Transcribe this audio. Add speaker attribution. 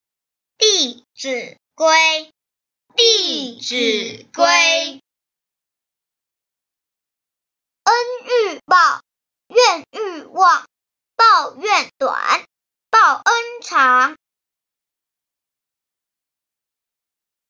Speaker 1: 《弟子规》。《弟子规》恩欲报，怨欲忘，报怨短，报恩长，